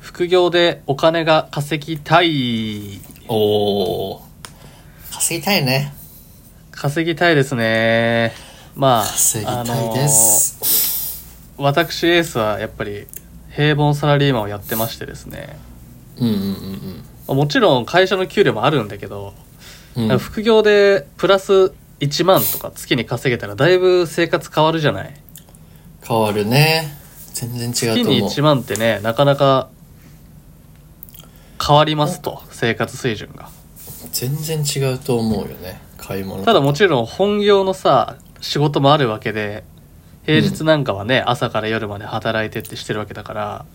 副業でお金が稼ぎたい。おー。稼ぎたいね。稼ぎたいですね。まあ、稼ぎたいです。あのー私エースはやっぱり平凡サラリーマンをやってましてですね。うんうんうんもちろん会社の給料もあるんだけど、うん。うん、副業でプラス1万とか月に稼げたらだいぶ生活変わるじゃない。変わるね。全然違月うとに思う。 1万ってね、なかなか変わりますと、生活水準が。全然違うと思うよね。買い物とかただもちろん本業のさ仕事もあるわけで平日なんかはね、朝から夜まで働いてってしてるわけだから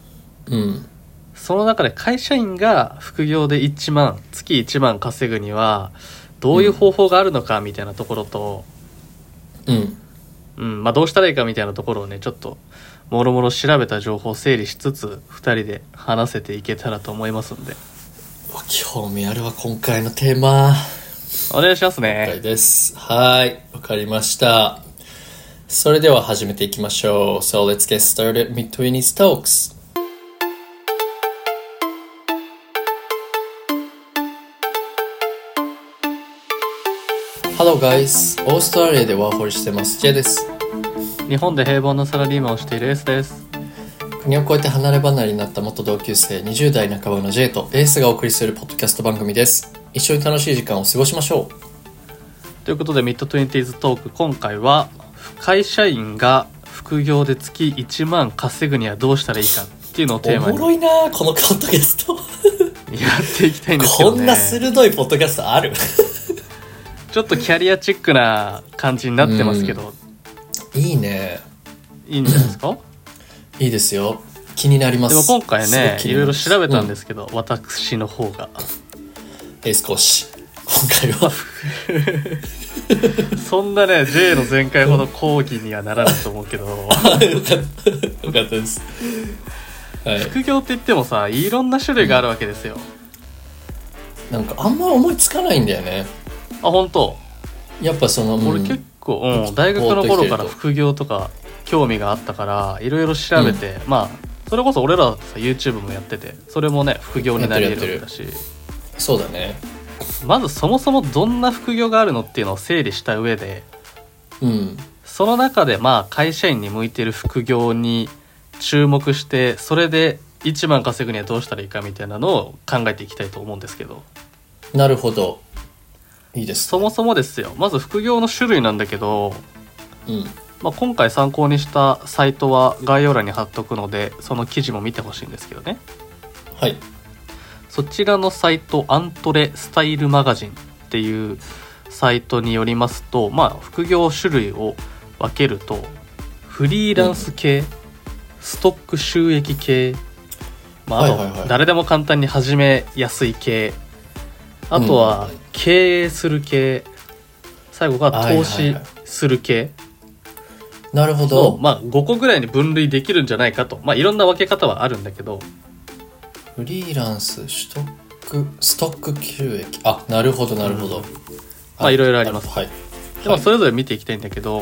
うん。その中で会社員が副業で1万月1万稼ぐにはどういう方法があるのかみたいなところと、うん。うんまあ、どうしたらいいかみたいなところをねちょっともろもろ調べた情報を整理しつつ2人で話せていけたらと思いますんで興味あるわ、今回のテーマ。お願いします了ね解です。はい。わかりました。それでは始めていきましょう。So let's get started mid-20s talks. ハロー guys! オーストラリアでワーホリしてます。ジェです。日本で平凡なサラリーマンをしているエースです国を越えて離れ離れになった元同級生20代半ばの J とエースがお送りするポッドキャスト番組です。一緒に楽しい時間を過ごしましょということでミッドトゥインティーズトーク今回は会社員が副業で月1万稼ぐにはどうしたらいいかっていうのをう。テーマおもろにいなあこのポッドキャスト。やっていきたいんですけど、こね、んな鋭いポッドキャストあるちょっとキャリアチックな感じになってますけど、いいねいいんじゃないですかいいですよ気になりまですも今回すごねく気いにろろないります調べたんでうすけど、私の方がん、エース講師今回は そんなね J の前回ほど講義にはならないと思うけどよかったよかったですはい副業って言ってもさいろんな種類があるわけですよなんかあんま思いつかないんだよねあ本当やっぱその、うん俺結構、うん、大学の頃から副業とか興味があったからいろいろ調べて、まあそれこそ俺らさ YouTube もやっててそれもね副業になり得るわけだしそうだねまずそもそもどんな副業があるのっていうのを整理した上でうんその中でまあ会社員に向いてる副業に注目してそれで1万稼ぐにはどうしたらいいかみたいなのを考えていきたいと思うんですけどなるほどいいですそもそもですよまず副業の種類なんだけどうんまあ、今回参考にしたサイトは概要欄に貼っとくのでその記事も見てほしいんですけどねはいそちらのサイトアントレスタイルマガジンっていうサイトによりますとまあ副業種類を分けるとフリーランス系、ストック収益系、まあ、はいはいあはとい誰でも簡単に始めやすい系あとはうん経営する系最後が投はい資はいはいする系、なるほのど、まあ、5個ぐらいに分類できるんじゃないかと、まあ、いろんな分け方はあるんだけどフリーランス取得ストック収益あなるほどなるほど、まあいろいろありますはいで、まあそれぞれ見ていきたいんだけど、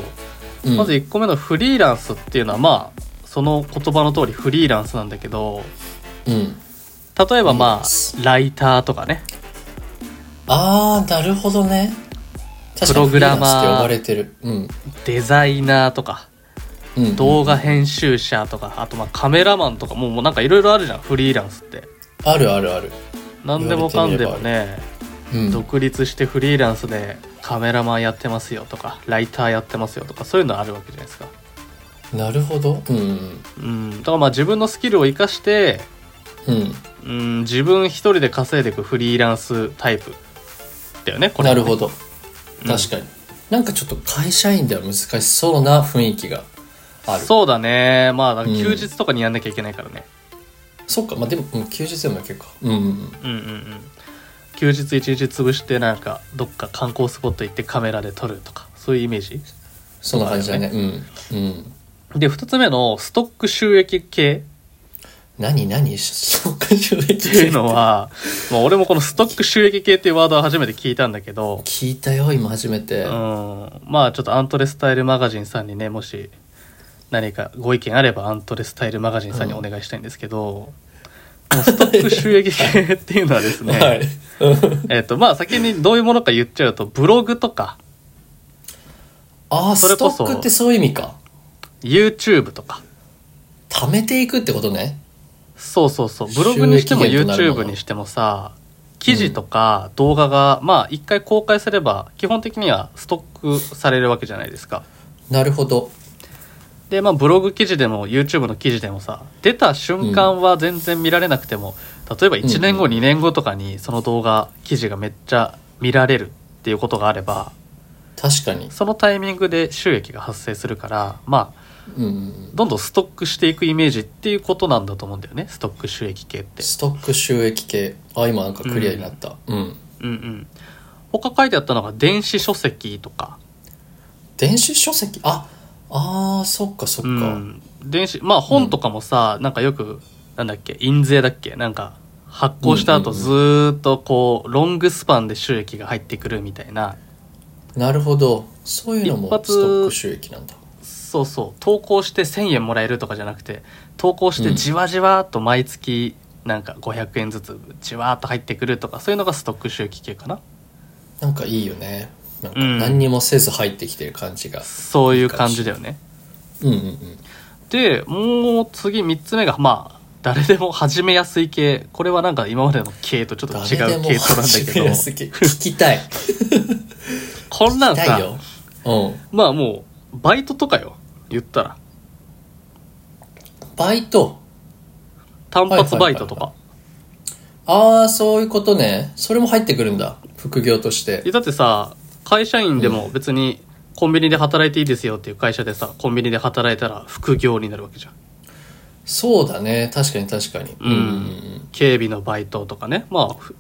うんまず1個目のフリーランスっていうのはまあその言葉の通りフリーランスなんだけどうん例えばフリーラまンスあライターとかねああなるほどねプ確かロにグラマーフリーランスって呼ばれてるうん、デザイナーとかうん、動画編集者とかあとまあカメラマンとかもうもうなんかいろいろあるじゃんフリーランスってあるあるある何でもかんでもねうん独立してフリーランスでカメラマンやってますよとかライターやってますよとかそういうのあるわけじゃないですかなるほどうんうん、だからまあ自分のスキルを生かして、うんうん、自分一人で稼いでいくフリーランスタイプだよねこれなるほどうん確かに、なんかちょっと会社員では難しそうな雰囲気があるそそうだねまあだからうん休日とかにやんなきゃいけないからね、っかまあでも、うん、休日でも結構うんうんうんうん、うんうん休日一日潰してなんかどっか観光スポット行ってカメラで撮るとかそういうイメージそんな感じだねうんうんで2つ目のストック収益系何何そうか収益っていうの はまあ俺もこのストック収益系っていうワードは初めて聞いたんだけど聞いたよ今初めて、うん、まあちょっとアントレスタイルマガジンさんにねもし何かご意見あればアントレスタイルマガジンさんにお願いしたいんですけど、ストック収益系っていうのはですね、 はい。えっとまあ先にどういうものか言っちゃうとブログとかああ、そスれトこそックってそういう意味か。 YouTube とか貯めていくってことね。そうそうそうブログにしても収益源となるも YouTube のにしてもさ記事とか動画が、まあ一回公開すれば基本的にはストックされるわけじゃないですかなるほど。でまあブログ記事でも YouTube の記事でもさ出た瞬間は全然見られなくても、例えば1年後、うんうん2年後とかにその動画記事がめっちゃ見られるっていうことがあれば確かに。そのタイミングで収益が発生するからまあうんうんうん。どんどんストックしていくイメージっていうことなんだと思うんだよねストック収益系って。ストック収益系。あ、今なんかクリアになった。うん。うんうん、他書いてあったのが電子書籍とか、電子書籍ああーそっかそっうか、ん、電子まあ本とかもさ、なんかよくなんだっけ印税だっけなんか発行した後うんうんうんずーっとこうロングスパンで収益が入ってくるみたいななるほどそういうのも一発ストック収益なんだそうそう投稿して1,000円もらえるとかじゃなくて投稿してじわじわっと毎月なんか500円ずつじわーっと入ってくるとかそういうのがストック収益系かななんかいいよねなんかうん何にもせず入ってきてる感じが、そういう感じだよねうん、うんうんでもう次3つ目がまあ誰でも始めやすい系これはなんか今までの系とちょっと違誰でうも系統なんだけ始めどや すい聞きたい聞こん なんきたいよさうまあもうバイトとかよ言ったらんバイト単発バイトとか、ああそういうことねそれも入ってくるんだ副業としてだってさ会社員でも別にコンビニで働いていいですよっていう会社でさコンビニで働いたら副業になるわけじゃんそうだね確かに確かにうん警備のバイトとかねまあふ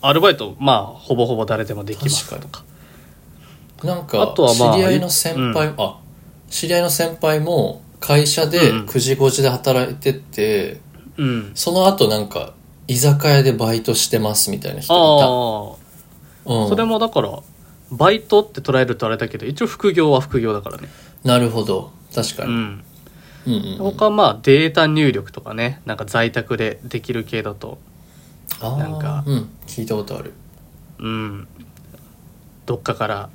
アルバイトまあほぼほぼ誰でもできますと確かなんかあとはまあ知り合いの先輩、あ知り合いの先輩も会社でうんうん9時5時で働いてて、うんその後なんか居酒屋でバイトしてますみたいな人いた、ああうん、それもだからバイトって捉えるとあれだけど一応副業は副業だからね、なるほど確かうに、ん、うんうんうん、他まあデータ入力とかねなんか在宅でできる系だとあーなんかうん、聞いたことあるうんどっかから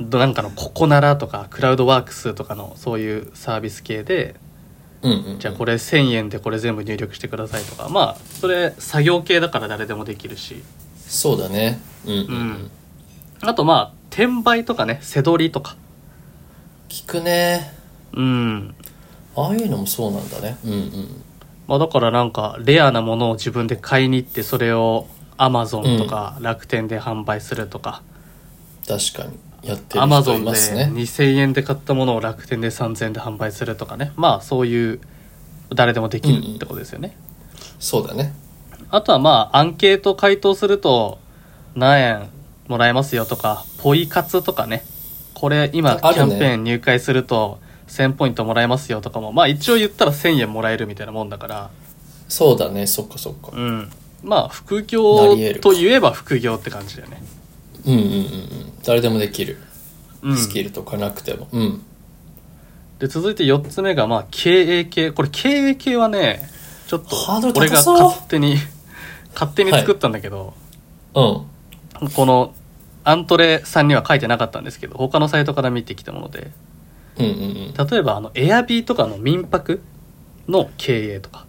どなんかのココナラとかクラウドワークスとかのそういうサービス系でうんうんじゃあこれ1,000円でこれ全部入力してくださいとかまあそれ作業系だから誰でもできるしそうだねうんうん、ううんん、あとまあ転売とかね背取りとか聞くねうんああいうのもそうなんだねうんうんまあ、だからなんかレアなものを自分で買いに行ってそれをアマゾンとか楽天で販売するとか、確かにやってアるマ人ゾいンでますね2000円で買ったものを楽天で3000円で販売するとかねまあそういう誰でもできるってことですよね、そうだねあとはまあアンケート回答すると何円もらえますよとかポイ活とかねこれ今キあるャねンペーン入会すると1000ポイントもらえますよとかもまあ一応言ったら1000円もらえるみたいなもんだからそうだねそっかそっかうん、まあ副な業り得るかといえば副業って感じだよね、うんうんうんうん誰でもできるうん、スキルとかなくてもうんで続いて4つ目がまあ経営系これ経営系はねちょっとハードル高俺がそう勝手に勝手に作ったんだけど、うんこのアントレさんには書いてなかったんですけど他のサイトから見てきたものでうんうんうん例えばあのエアビーとかの民泊の経営とか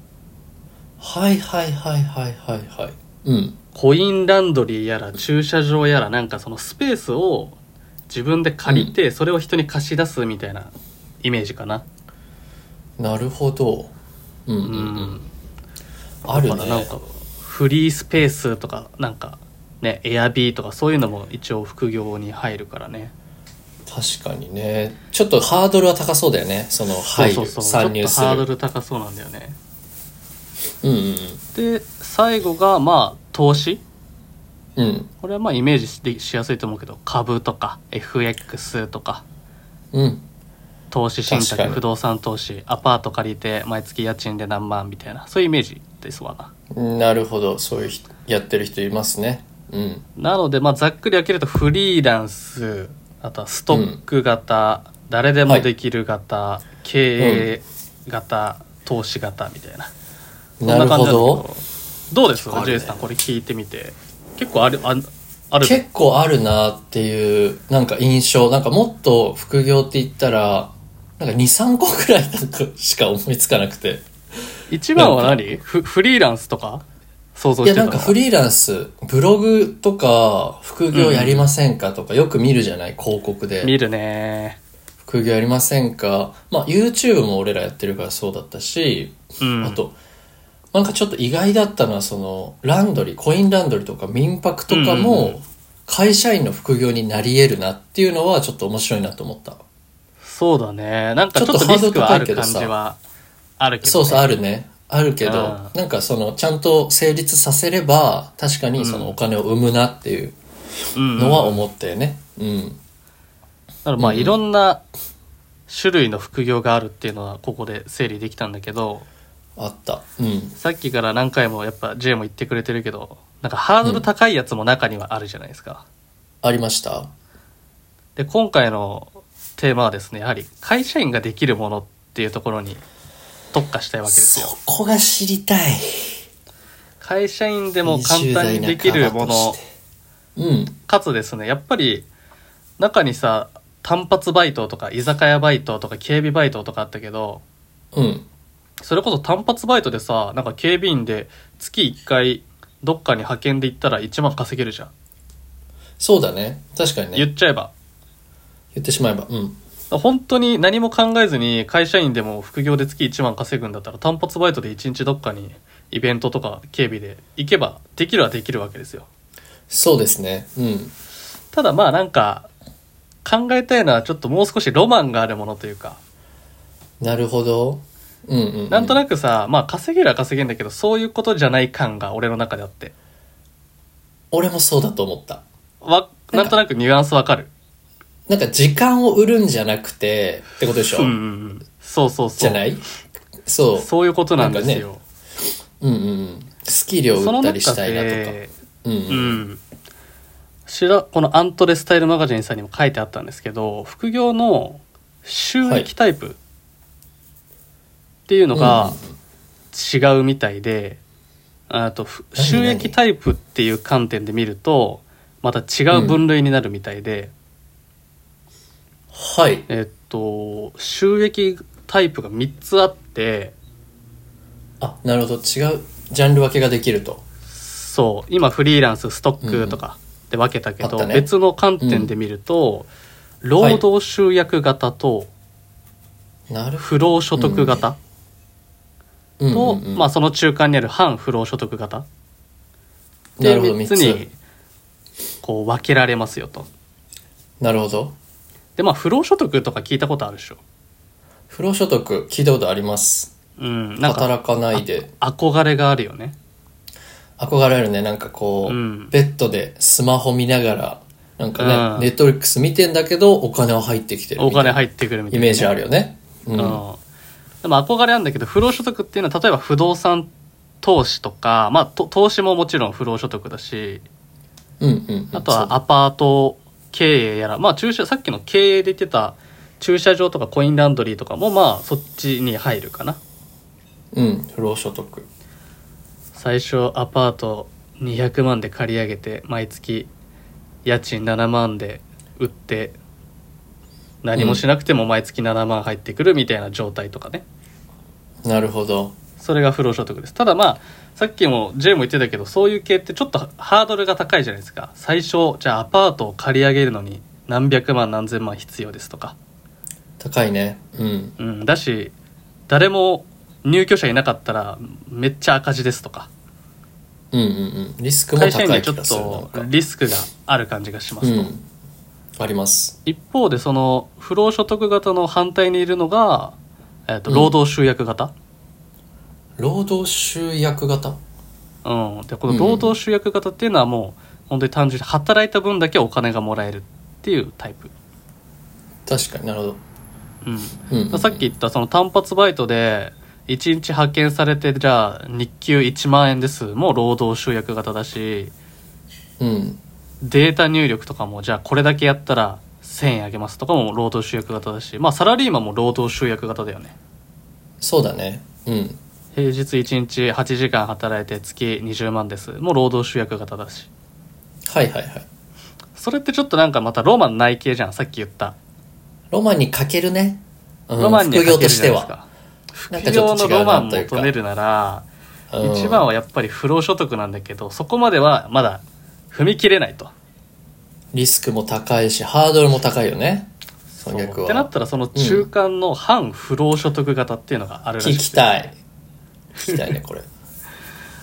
はいはいはいはいはいはいうんコインランドリーやら駐車場やらなんかそのスペースを自分で借りてそれを人に貸し出すみたいなイメージかな、なるほどうんうんうん、ああるるねなんねかフリースペースとかなんかねエアビーとかそういうのも一応副業に入るからね確かにねちょっとハードルは高そうだよねその入るそうそうそう参ちょ入っすとハードるル高そうなんだよねうんうんで最後がまあ投資うんうんこれはまあイメージししやすいと思うけど株とか FX とかうん投資信確か託に不動産投資アパート借りて毎月家賃で何万みたいなそういうイメージですわななるほどそういう人やってる人いますねうんなのでまあざっくり分けるとフリーランスあとはストック型、誰でもできる型、経営型、投資型みたいなそんな感じなるなんほですけどどうです結構あか、ジるねェイさんこれ聞いてみて結構あるあある結構あるなっていうなんか印象なんかもっと副業って言ったらなんか23個くらいなんかしか思いつかなくて一番は何フフリーランスとか想像いしやてたなのんかフリーランスブログとか副業やりませんかとかよく見るじゃない広告で見るね副業やりませんかまあ YouTube も俺らやってるからそうだったしうんあとなんかちょっと意外だったのはそのランドリーコインランドリーとか民泊とかうんうんうも会社員の副業になり得るなっていうのはちょっと面白いなと思った。そうだねなんかちょっとちょっとハーリスクはあるドル高いけど感さじはあるけど、ね、そうそうあるねあるけどうんなんかそのちゃんと成立させれば確かにそのお金を生むなっていううんのは思ったよねうんだからまあうんうんいろんな種類の副業があるっていうのはここで整理できたんだけどあったうんさっきから何回もやっぱ J も言ってくれてるけどなんかハードル高いやつも中にはあるじゃないですか。ありましたで今回のテーマはですねやはり会社員ができるものっていうところに特化したいわけですそよ。こが知りたい会社員でも簡単にできるものうんかつですねやっぱり中にさ単発バイトとか居酒屋バイトとか警備バイトとかあったけどうんそれこそ単発バイトでさなんか警備員で月1回どっかに派遣で行ったら1万稼げるじゃん、そうだね確かにね言言っちゃえばってしまえばうん本当に何も考えずに会社員でも副業で月1万稼ぐんだったら単発バイトで1日どっかにイベントとか警備で行けばできるはできるわけですよそうですねうんただまあなんか考えたいのはちょっともう少しロマンがあるものというかなるほどうんうん、うん、なんとくなくさまあ稼げるは稼げんだけどそういうことじゃない感が俺の中であって俺もそうだと思ったわなんとなくニュアンスわかるなんか時間を売るんじゃなくてってことでしょ、うんうんうんそうそうそうじゃないそうそういうことなんですよ。うんうんうんスキルをそ売のったり中したいなとかで、うんううんん、しらこのアントレスタイルマガジンさんにも書いてあったんですけど副業の収益タイプっていうのが違うみたいで、あとふ何収益タイプっていう観点で見るとまた違う分類になるみたいで、はいえっと収益タイプが3つあって。あなるほど違うジャンル分けができるとそう今フリーランスストックとかで分けたけあっど、たね別の観点で見ると、はい労働集約型となるほ不労所得型どと、うんうんうんまあ、その中間にある反不労所得型なでるほど3 3つつにこう分けられますよと。なるほどでまあ不労所得とか聞いたことあるでしょ。不労所得聞いたことありますうん、なんか働かないで憧れがあるよね。憧れるねなんかこう、うんベッドでスマホ見ながらなんかね、うんネットフリックス見てんだけどお金は入ってきてるおみたい金な入ってくるみたイいなね、メージあるよねうん、うん、でも憧れなんだけど不労所得っていうのは例えば不動産投資とか、まあ、と投資ももちろん不労所得だしうんうんあとはアパート経営やら、まあ、駐車さっきの経営で言ってた駐車場とかコインランドリーとかもまあそっちに入るかなそううん不労所得最初アパート200万で借り上げて毎月家賃7万で売って何もしなくても毎月7万入ってくるみたいな状態とかね、なるほどそれが不労所得ですただまあさっきも J も言ってたけどそういう系ってちょっとハードルが高いじゃないですか最初じゃあアパートを借り上げるのに何百万何千万必要ですとか、高いねうんうん、だし誰も入居者いなかったらめっちゃ赤字ですとかうんうんうんリスクも会社員高でいちょ気っがするなんとかリスクがある感じがしますと、うん、あります一方でその不労所得型の反対にいるのが、えーとうん労働集約型、労働集約型うん、でこの労働集約型っていうのはもう本当に単純に働いた分だけお金がもらえるっていうタイプ、確かになるほど、うんうんうんさっき言ったその単発バイトで1日派遣されてじゃあ日給1万円ですもう労働集約型だしうんデータ入力とかもじゃあこれだけやったら1,000円あげますとかも労働集約型だしまあサラリーマンも労働集約型だよねそうだねうん平日1日8時間働いて月20万ですもう労働集約型だしはいはいはいそれってちょっとなんかまたロマンない系じゃんさっき言ったロマンに欠けるね、うん、ロマンに副業として欠は、なんけるかちじゃょないっとですか副業の違うロマンなというか求めるならうん一番はやっぱり不労所得なんだけどそこまではまだ踏み切れないとリスクも高いしハードルも高いよねその逆ってなっはたらその中間の反不労所得型っていうのがあるらし聞くきてたい聞きたいねこ れ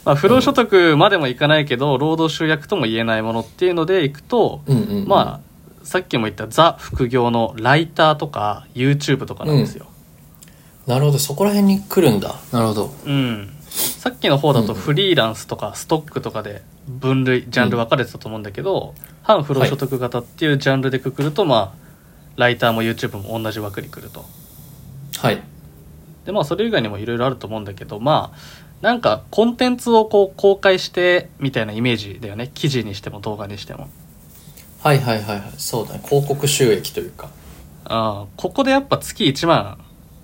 まあ、不労所得までもいかないけど労働集約とも言えないものっていうのでいくと、うんうん、うん、まあさっきも言ったザ副業のライターとか YouTube とかなんですよ。なるほどそこら辺に来るんだなるほどうんさっきの方だとフリーランスとかストックとかで分類ジャンル分かれてたと思うんだけど、反不労所得型っていうジャンルでくくると、まあライターも YouTube も同じ枠に来ると。はいでまあそれ以外にもいろいろあると思うんだけどまあなんかコンテンツをこう公開してみたいなイメージだよね記事にしても動画にしても。はいはいはいはいそうだね広告収益というかああここでやっぱ月1万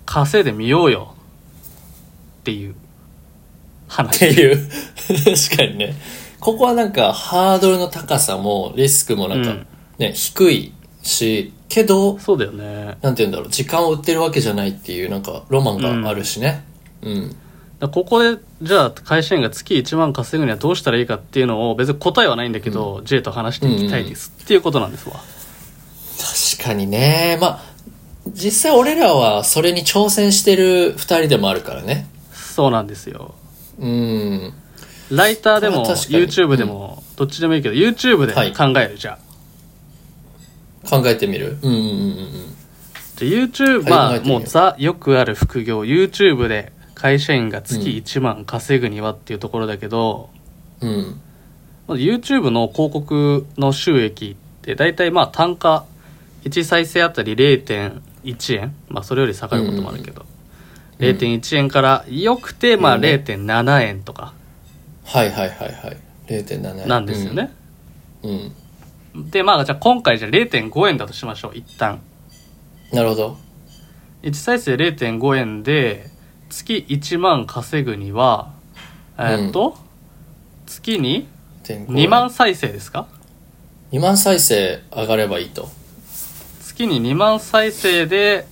稼いでみようよっていうって話いう確かにねここはなんかハードルの高さもリスクもなんか、うんね低いしけどそうだよねなんて言うんだろう時間を売ってるわけじゃないっていうなんかロマンがあるしねうん、だここでじゃあ会社員が月1万稼ぐにはどうしたらいいかっていうのを別に答えはないんだけど、J と話していきたいです、っていうことなんですわ確かにねまあ実際俺らはそれに挑戦してる2人でもあるからねそうなんですようんライターでもこれは確かに YouTube でも、どっちでもいいけど YouTube ではい考えるじゃあ考えてみるうんうんうんうんで YouTube はまいあ考えてみようもうザよくある副業 YouTube で会社員が月1万稼ぐにはっていうところだけど、うんまず YouTube の広告の収益って大体まあ単価1再生あたり0.1円まあそれより下がることもあるけど、うんうん0.1円からよくてまうあんね0.7円とかはいはいはいはい0.7円なんですよね、うん、うんでまあじゃあ今回じゃあ0.5円だとしましょう一旦なるほど1再生0.5円で月1万稼ぐにはえーっと、月に2 2万再生ですか2万再生上がればいいと月に2万再生で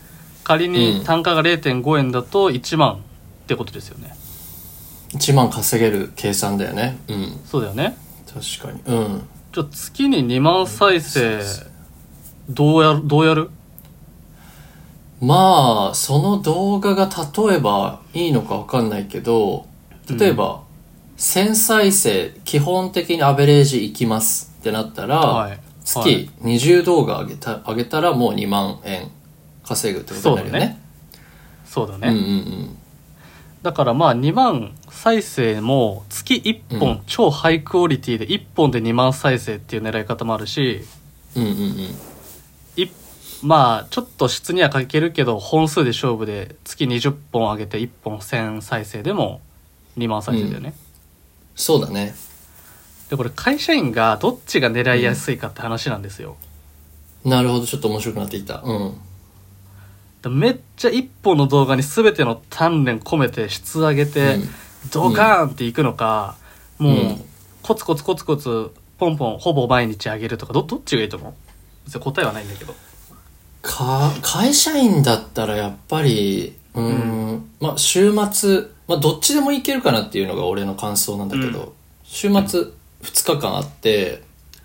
仮うんに単価が0.5円だと1万ってことですよね、 1万稼げる計算だよねうんそうだよね確かにうんじゃあ月に2万再生そうどうやるどうやるまあその動画が例えばいいのか分かんないけど例えば、1000再生基本的にアベレージいきますってなったら、はいは月い20動画上げた上げたらもう2万円稼ぐってことになるよねそうだうね、んうんだからまあ2万再生も月1本、うん超ハイクオリティで1本で2万再生っていう狙い方もあるしうんうんうんうんいまあちょっと質には欠けるけど本数で勝負で月20本上げて1本1000再生でも2万再生だよね、そうだねでこれ会社員がどっちが狙いやすいかって話なんですよ、なるほどちょっと面白くなってきたうんでめっちゃ一本の動画に全ての鍛錬込めて質上げて、うんドカーンっていくのか、もう、うんコツコツコツコツポンポンほぼ毎日上げるとかどどっちがいいと思う別に答えはないんだけどか会社員だったらやっぱりうーんまあ週末、まあ、どっちでもいけるかなっていうのが俺の感想なんだけど、うん週末2日間あって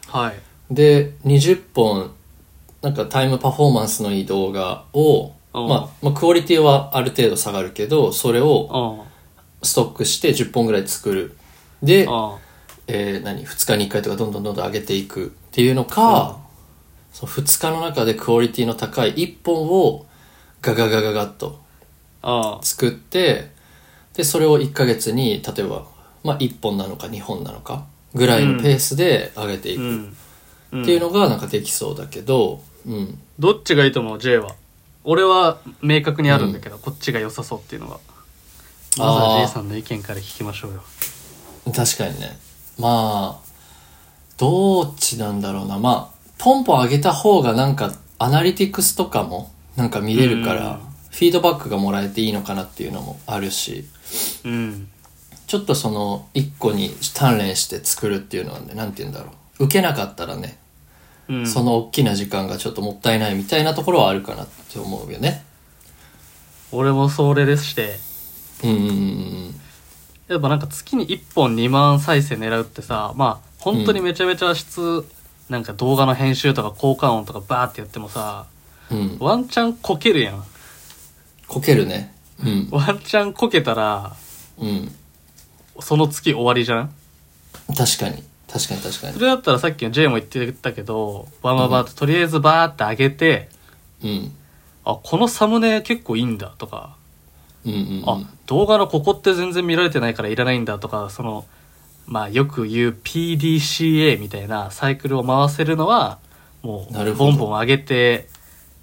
はいで20本なんかタイムパフォーマンスのいい動画を、うんまあ、まあクオリティはある程度下がるけどそれをうんストックして10本ぐらい作るで、うんえー何2日に1回とかどんどんどんどん上げていくっていうのか、その2日の中でクオリティの高い1本をガガガガガッとうん作ってでそれを1ヶ月に例えば、まあ、1本なのか2本なのかぐらいのペースで上げていくうんうんっていうのがなんかできそうだけど、うん、どっちがいいと思う J は俺は明確にあるんだけど、こっちが良さそうっていうのがまずあーは J さんの意見から聞きましょうよ確かにねまあどっちなんだろうなまあポンポン上げた方がなんかアナリティクスとかもなんか見れるかうらんフフィードバックがもらえていいのかなっていうのもあるし、うんちょっとその一個に鍛錬して作るっていうのはね、なんて言うんだろう。受けなかったらね、うんその大きな時間がちょっともったいないみたいなところはあるかなって思うよね。俺もそれでしてうんうんうんうん。やっぱなんか月に1本2万再生狙うってさまあ本当にめちゃめちゃ質、なんか動画の編集とか効果音とかバーってやってもさうん。ワンチャンこけるやんこけるね。うん。ワンチャンこけたらうん。その月終わりじゃん確かに。確かに確かそれだったらさっきの J も言ってたけどバンバンバーってとりあえずバーって上げて、に。あこのサムネ結構いいんだとかうん。うんうんうん。あ動画のここって全然見られてないからいらないんだとかそのまあよく言う PDCA みたいなサイクルを回せるのはもなるうほボどンボン上げて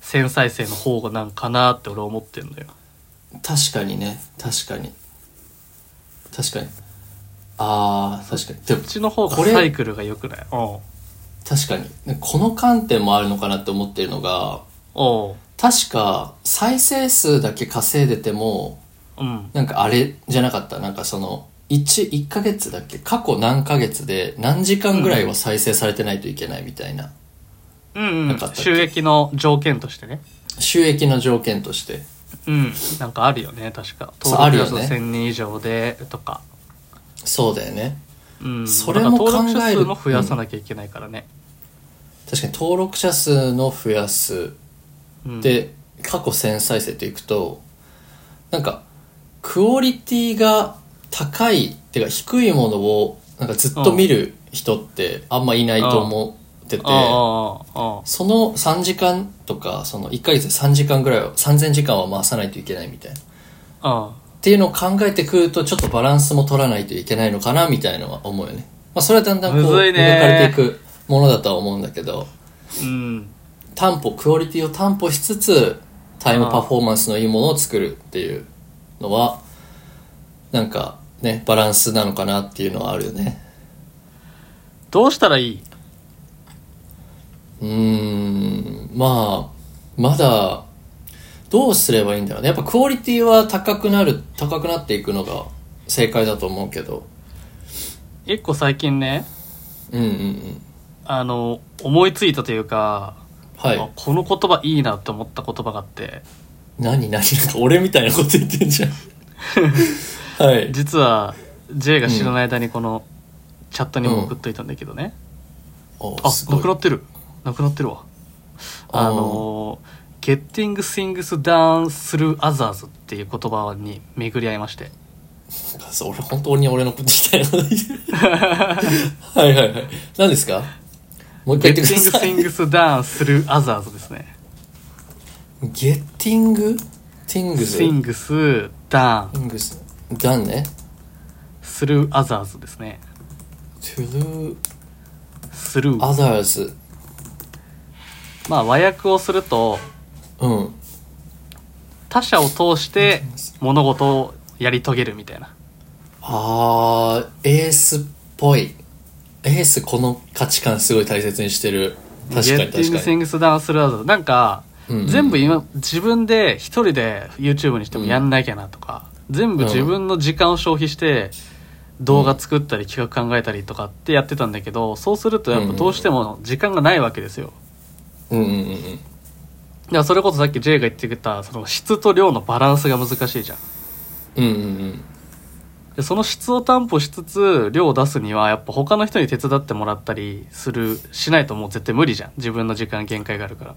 1000再生の方なんかなって俺は思ってんのよ。確かにね確かに確かにあー確かにでもこっちの方がこれサイクルが良くないおう確かにねこの観点もあるのかなって思ってるのがおう確か再生数だけ稼いでてもうんなんかあれじゃなかったなんかその 1, 1ヶ月だっけ過去何ヶ月で何時間ぐらいは再生されてないといけないみたいな、うんうなんんかあったっけ収益の条件としてね収益の条件としてうんなんかあるよね確かそうある登録よね者数1000人以上でとか、そうだよねうん、それも考えるだから登録者数も増やさなきゃいけないからね、確かに登録者数の増やすうん、で過去1000再生っていくとなんかクオリティが高いっていうか低いものをなんかずっと見る人ってあんまいないと思っててああああああその3時間とかその1ヶ月で3時間ぐらいは3000時間は回さないといけないみたいなっあていうのを考えてくるとちょっとバランスも取らないといけないのかなみたいのは思うよね、まあ、それはだんだんこうむ磨ずいねかれていくものだとは思うんだけどうん担保クオリティを担保しつつタイムパフォーマンスのいいものを作るっていうのはなんかねバランスなのかなっていうのはあるよねどうしたらいいうーんまあまだどうすればいいんだろうねやっぱクオリティは高くなる高くなっていくのが正解だと思うけど一個最近ねうんうんうんあの思いついたというか、はいあこの言葉いいなって思った言葉があって何何なんか俺みたいなこと言って んじゃんはい実は J が知らない間にこのチャットにも送っといたんだけどね、おあすごいなくなってるなくなってるわあの「Getting Things Done Through Others」っていう言葉に巡り合いま してそう俺本当に俺のこと言いたいこと言ってるはいはいはい何ですかも「う一回言ってくだ Getting さい Things Done Through Others」ですねゲッティングティン「グズティ Things Done ングズダンね Through Others」ですね to do Through others まあ和訳をするとうん他者を通して物事をやり遂げるみたいなあーエースっぽいエースこの価値観すごい大切にしてる「確かに Getting 確かに Things Done Through Others」なんかうんうん全部今自分で一人で YouTube にしてもやんなきゃなとか、全部自分の時間を消費して動画作ったり企画考えたりとかってやってたんだけどそうするとやっぱどうしても時間がないわけですよ。うんうんうんうんだからそれこそさっき J が言ってくれたその質と量のバランスが難しいじゃん。うんうんうんでその質を担保しつつ量を出すにはやっぱ他の人に手伝ってもらったりするしないともう絶対無理じゃん自分の時間限界があるから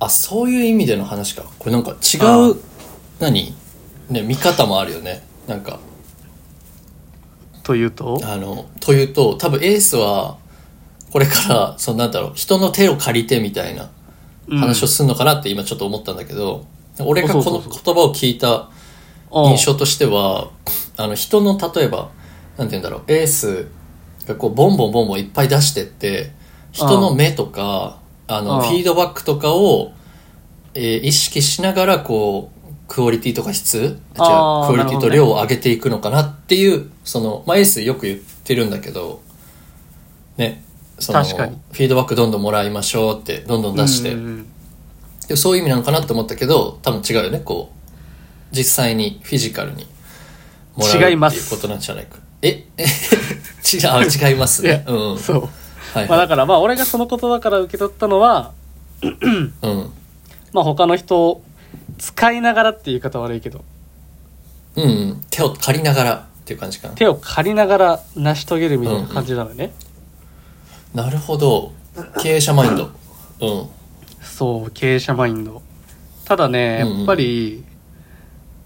あそういう意味での話かこれなんか違あう何ね見方もあるよねなんかというとあの、というと、多分エースは、これから、そのなんだろう、人の手を借りてみたいなうん話をするのかなって今ちょっと思ったんだけど、俺がそこうそうのそう言葉を聞いたうん印象としては、あの、人の例えば、なんて言うんだろう、エースがこう、ボンボンボンボンいっぱい出してって、人の目とか、あうんの、フィードバックとかを、えー意識しながら、こう、クオリティとか質じゃあーあ、クオリティなとる量ほを上げていくのかなっていう、その、まあ、エースよく言ってるんだけど、ね、その、確かにフィードバックどんどんもらいましょうって、どんどん出してうんうんうんでもそういう意味なのかなって思ったけど多分違うよねこう実際にフィジカルにもらう違いますっていうことなんじゃないかえ え違うあ違いますねいやうんうんそう、はいまあ、だはからまあ俺がその言葉から受け取ったのは、いうんまあ、他の人を使いながらっていう言い方悪いけどうんうん手を借りながらっていう感じかな手を借りながら成し遂げるみたいな感じなのね、なるほど経営者マインドうんそう経営者マインドただねうんうんやっぱり、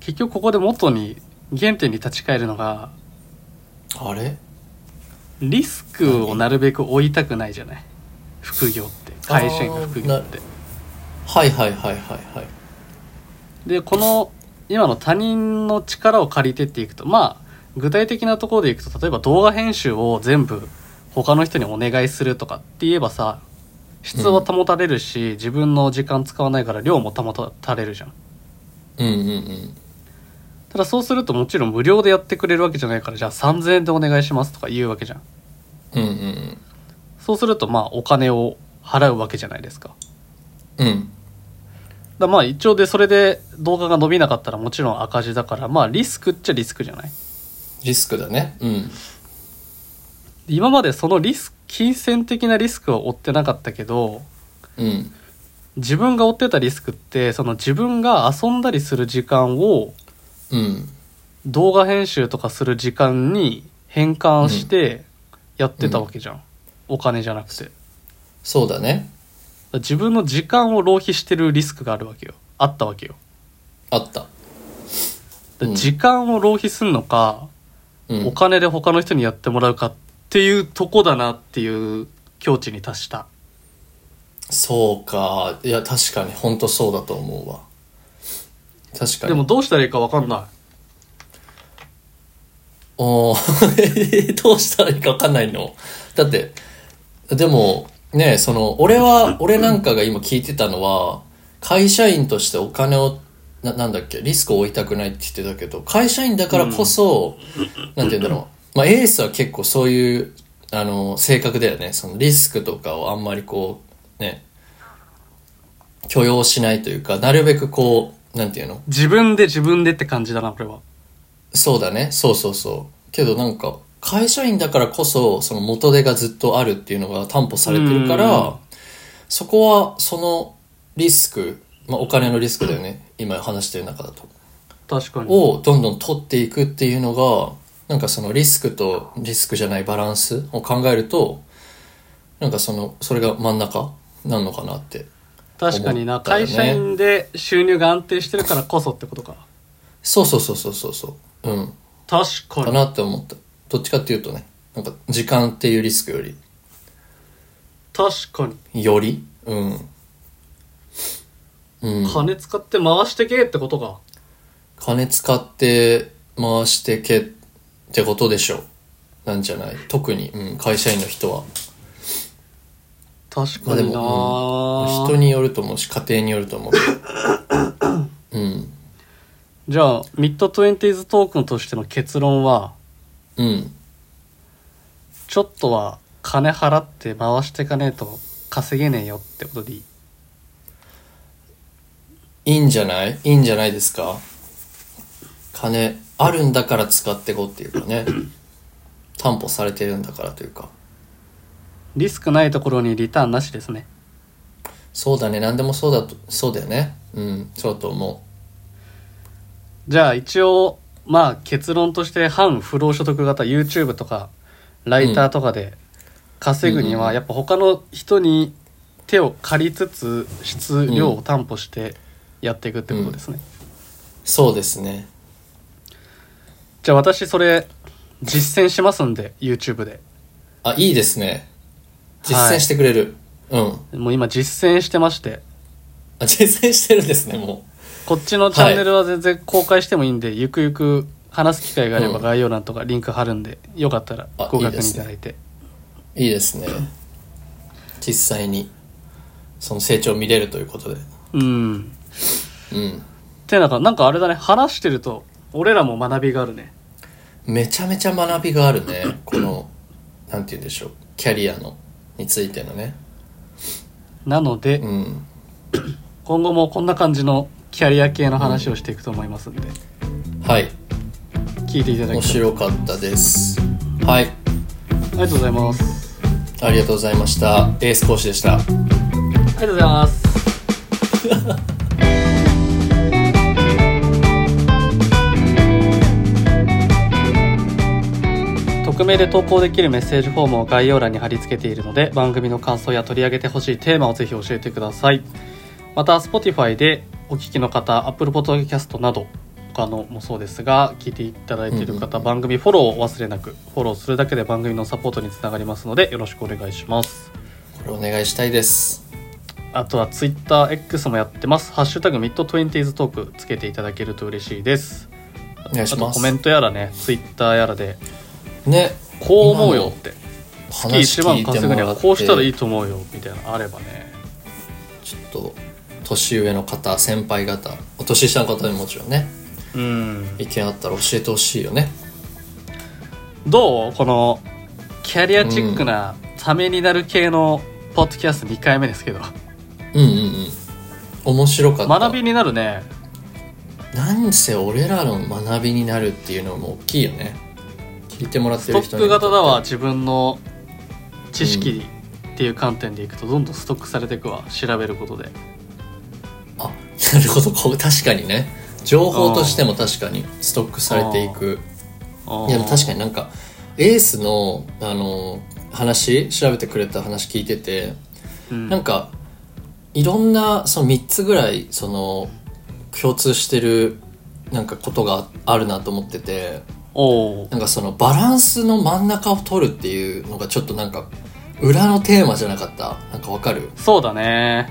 結局ここで元に原点に立ち返るのがあれリスクをなるべく負いたくないじゃない副業って会社員の副業ってはいはいはいはいはいでこの今の他人の力を借りてっていくとまあ具体的なところでいくと例えば動画編集を全部他の人にお願いするとかって言えばさ質は保たれるし、自分の時間使わないから量も保たれるじゃんうんうんうんただそうするともちろん無料でやってくれるわけじゃないからじゃあ3000円でお願いしますとか言うわけじゃんうんうんそうするとまあお金を払うわけじゃないですかうんうんだまあ一応でそれで動画が伸びなかったらもちろん赤字だからまあリスクっちゃリスクじゃないリスクだねうん今までそのリスク金銭的なリスクは負ってなかったけどうん自分が負ってたリスクってその自分が遊んだりする時間をうん動画編集とかする時間に変換してやってたわけじゃん、お金じゃなくてだかそうだねら自分の時間を浪費してるリスクがあるわけよあったわけよあっだた、からうん時間を浪費するのか、うん、お金で他の人にやってもらうかっていうとこだなっていう境地に達したそうかいや確かに本当そうだと思うわ確かにでもどうしたらいいか分かんないおー どうしたらいいか分かんないのだってでもねその俺は俺なんかが今聞いてたのは会社員としてお金をななんだっけリスクを負いたくないって言ってたけど会社員だからこそ、なんて言うんだろう、まあ、エースは結構そういうあの性格だよねそのリスクとかをあんまりこうね許容しないというかなるべくこうなんていうの自分で自分でって感じだなこれはそうだね。そうそうそう。けどなんか、会社員だからこそ、その元手がずっとあるっていうのが担保されてるかうんら、そこは、そのリスク、まあお金のリスクだよね。今話してる中だと。確かにをどんどん取っていくっていうのが、なんかそのリスクとリスクじゃないバランスを考えると、なんかその、それが真ん中なのかなって。確かにな、思ったよね会社員で収入が安定してるからこそってことかそうそうそうそうそうそう。うん。確かかになって思った。どっちかっていうとね、なんか時間っていうリスクより、確かによりうん、うん、金使って回してけってことか金使って回してけってことでしょうなんじゃない特に、うん、会社員の人は確まかあでにな、も、うん、人によると思うし家庭によると思う うんじゃあミッドトゥエンティーズトークンとしての結論はうんちょっとは金払って回していかねえと稼げねえよってことでいいいいんじゃないいいんじゃないですか金あるんだから使ってこうっていうかね担保されてるんだからというかリスクないところにリターンなしですねそうだね何でもそうだとそうだよねうんそうだと思じゃあ一応まあ結論として反不労所得型 YouTube とかライターとかで稼ぐにうんうんうはんやっぱ他の人に手を借りつつ質量を担保してやっていくってことですね、うそうですねじゃあ私それ実践しますんで YouTube であ、いいですね。実はい践してくれる。うん。もう今実践してましてあ、実践してるんですね、もこっちのチャンネルは全然公開してもいいんで、ゆくゆく話す機会があればうん概要欄とかリンク貼るんで、よかったらあごいい確で認いすねただいてう。いいですね。実際に、その成長を見れるということで。うんうん。てなんかなんかあれだね話してると俺らも学びがあるねめちゃめちゃ学びがあるね。この、なんて言うんでしょう。キャリアの、についてのね。なので、うん。今後もこんな感じのキャリア系の話をしていくと思いますんで、はい聞いていただ面きたい白かったですはいありがとうございますありがとうございましたエース講師でしたありがとうございます 匿名で投稿できるメッセージフォームを概要欄に貼り付けているので番組の感想や取り上げてほしいテーマをぜひ教えてくださいまた Spotify でお聞きの方 Apple Podcast など他のもそうですが聞いていただいているうんうん方、うん番組フォローを忘れなくフォローするだけで番組のサポートにつながりますのでよろしくお願いしますこれお願いしたいですあとは TwitterX もやってます「ハッシュタグミッド 20s トーク」つけていただけると嬉しいですお願いあしとまコすメントやらね Twitter やらでねこう思うよって話1聞万いて稼ぐもにらはってこうしたらいいと思うよみたいなのあればねちょっと年上の方先輩方お年下の方にもちろんねうん意見あったら教えてほしいよねどうこのキャリアチックなためになる系のポッドキャスト2回目ですけどうんうんうん面白かった学びになるねなんせ俺らの学びになるっていうのも大きいよね聞いてもらっスてトる人ッにク型だわとって自分の知識っていう観点でいくとどんどんストックされていくわ調べることであなるほどこう確かにね情報としても確かにストックされていくいやでも確かにになんかエースのあの話調べてくれた話聞いててなんかいろんなその3つぐらいその共通してるなんかことがあるなと思ってておーなんかそのバランスの真ん中を取るっていうのがちょっとなんか裏のテーマじゃなかったなんかわかるそうだね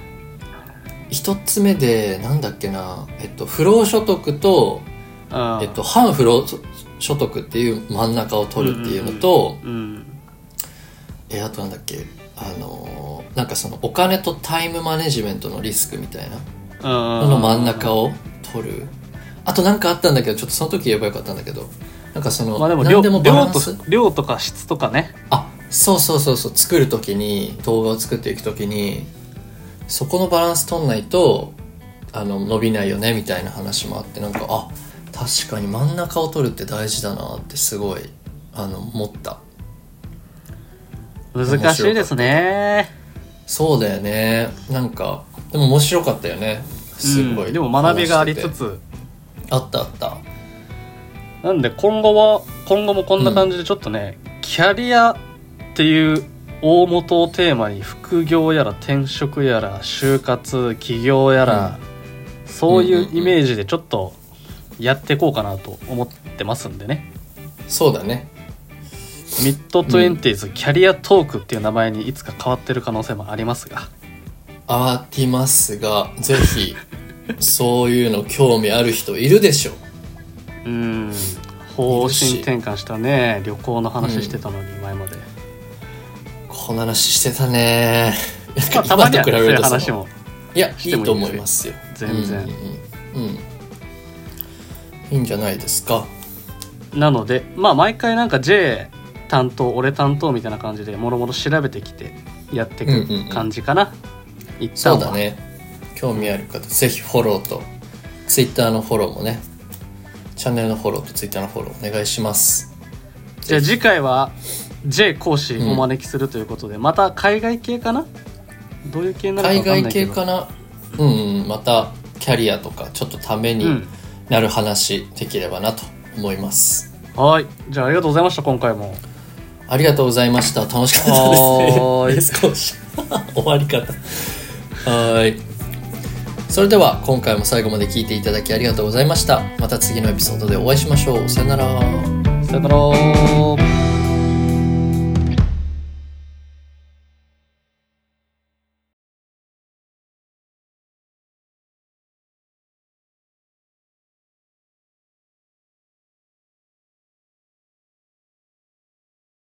一つ目でなんだっけなえっと不労所得と、うんえっと、反不労所得っていう真ん中を取るっていうのと、うんえあとなんだっけあのーなんかそのお金とタイムマネジメントのリスクみたいなここの真ん中を取るあとなんかあったんだけどちょっとその時言えばよかったんだけどなんかその、まあでも量何でもバ量ランとス量とか質とかねあそうそうそうそう作る時に動画を作っていく時にそこのバランス取んないとあの伸びないよねみたいな話もあってなんかあ確かに真ん中を取るって大事だなってすごいあの思った難しいですねそうだよねなんかでも面白かったよねすごい、うんでも学びがありつ話しててつあったあったなんで今後は今後もこんな感じでちょっとね、キャリアっていう大元をテーマに副業やら転職やら就活起業やら、そういんうんううんイメージでちょっとやっていこうかなと思ってますんでねそうだねミッドトゥエンティーズキャリアトークっていう名前にいつか変わってる可能性もありますがありますがぜひ そういうの興味ある人いるでしょうん方針転換したね旅行の話してたのに前まで、こんな話してたねまあ、たまにはね そういう今と比べるとさ話もいやしいてもいいんですよいと思います全然ようん、うんうんいいんじゃないですかなのでまあ毎回なんか J 担当俺担当みたいな感じでもろもろ調べてきてやっていうんうんうんく感じかな、一そ旦うはだね興味ある方ぜひフォローとツイッターのフォローもねチャンネルのフォローとツイッターのフォローお願いしますじゃあ次回は J 講師お招きするということで、また海外系かなどういう系になるか分海かん外ないけ系どかなうん、うん、またキャリアとかちょっとためうにんなる話できればなと思います、はいじゃあありがとうございました今回もありがとうございました楽しかったですはーねいレス講師 終わり方はーいそれでは今回も最後まで聞いていただきありがとうございましたまた次のエピソードでお会いしましょうさよならさよなら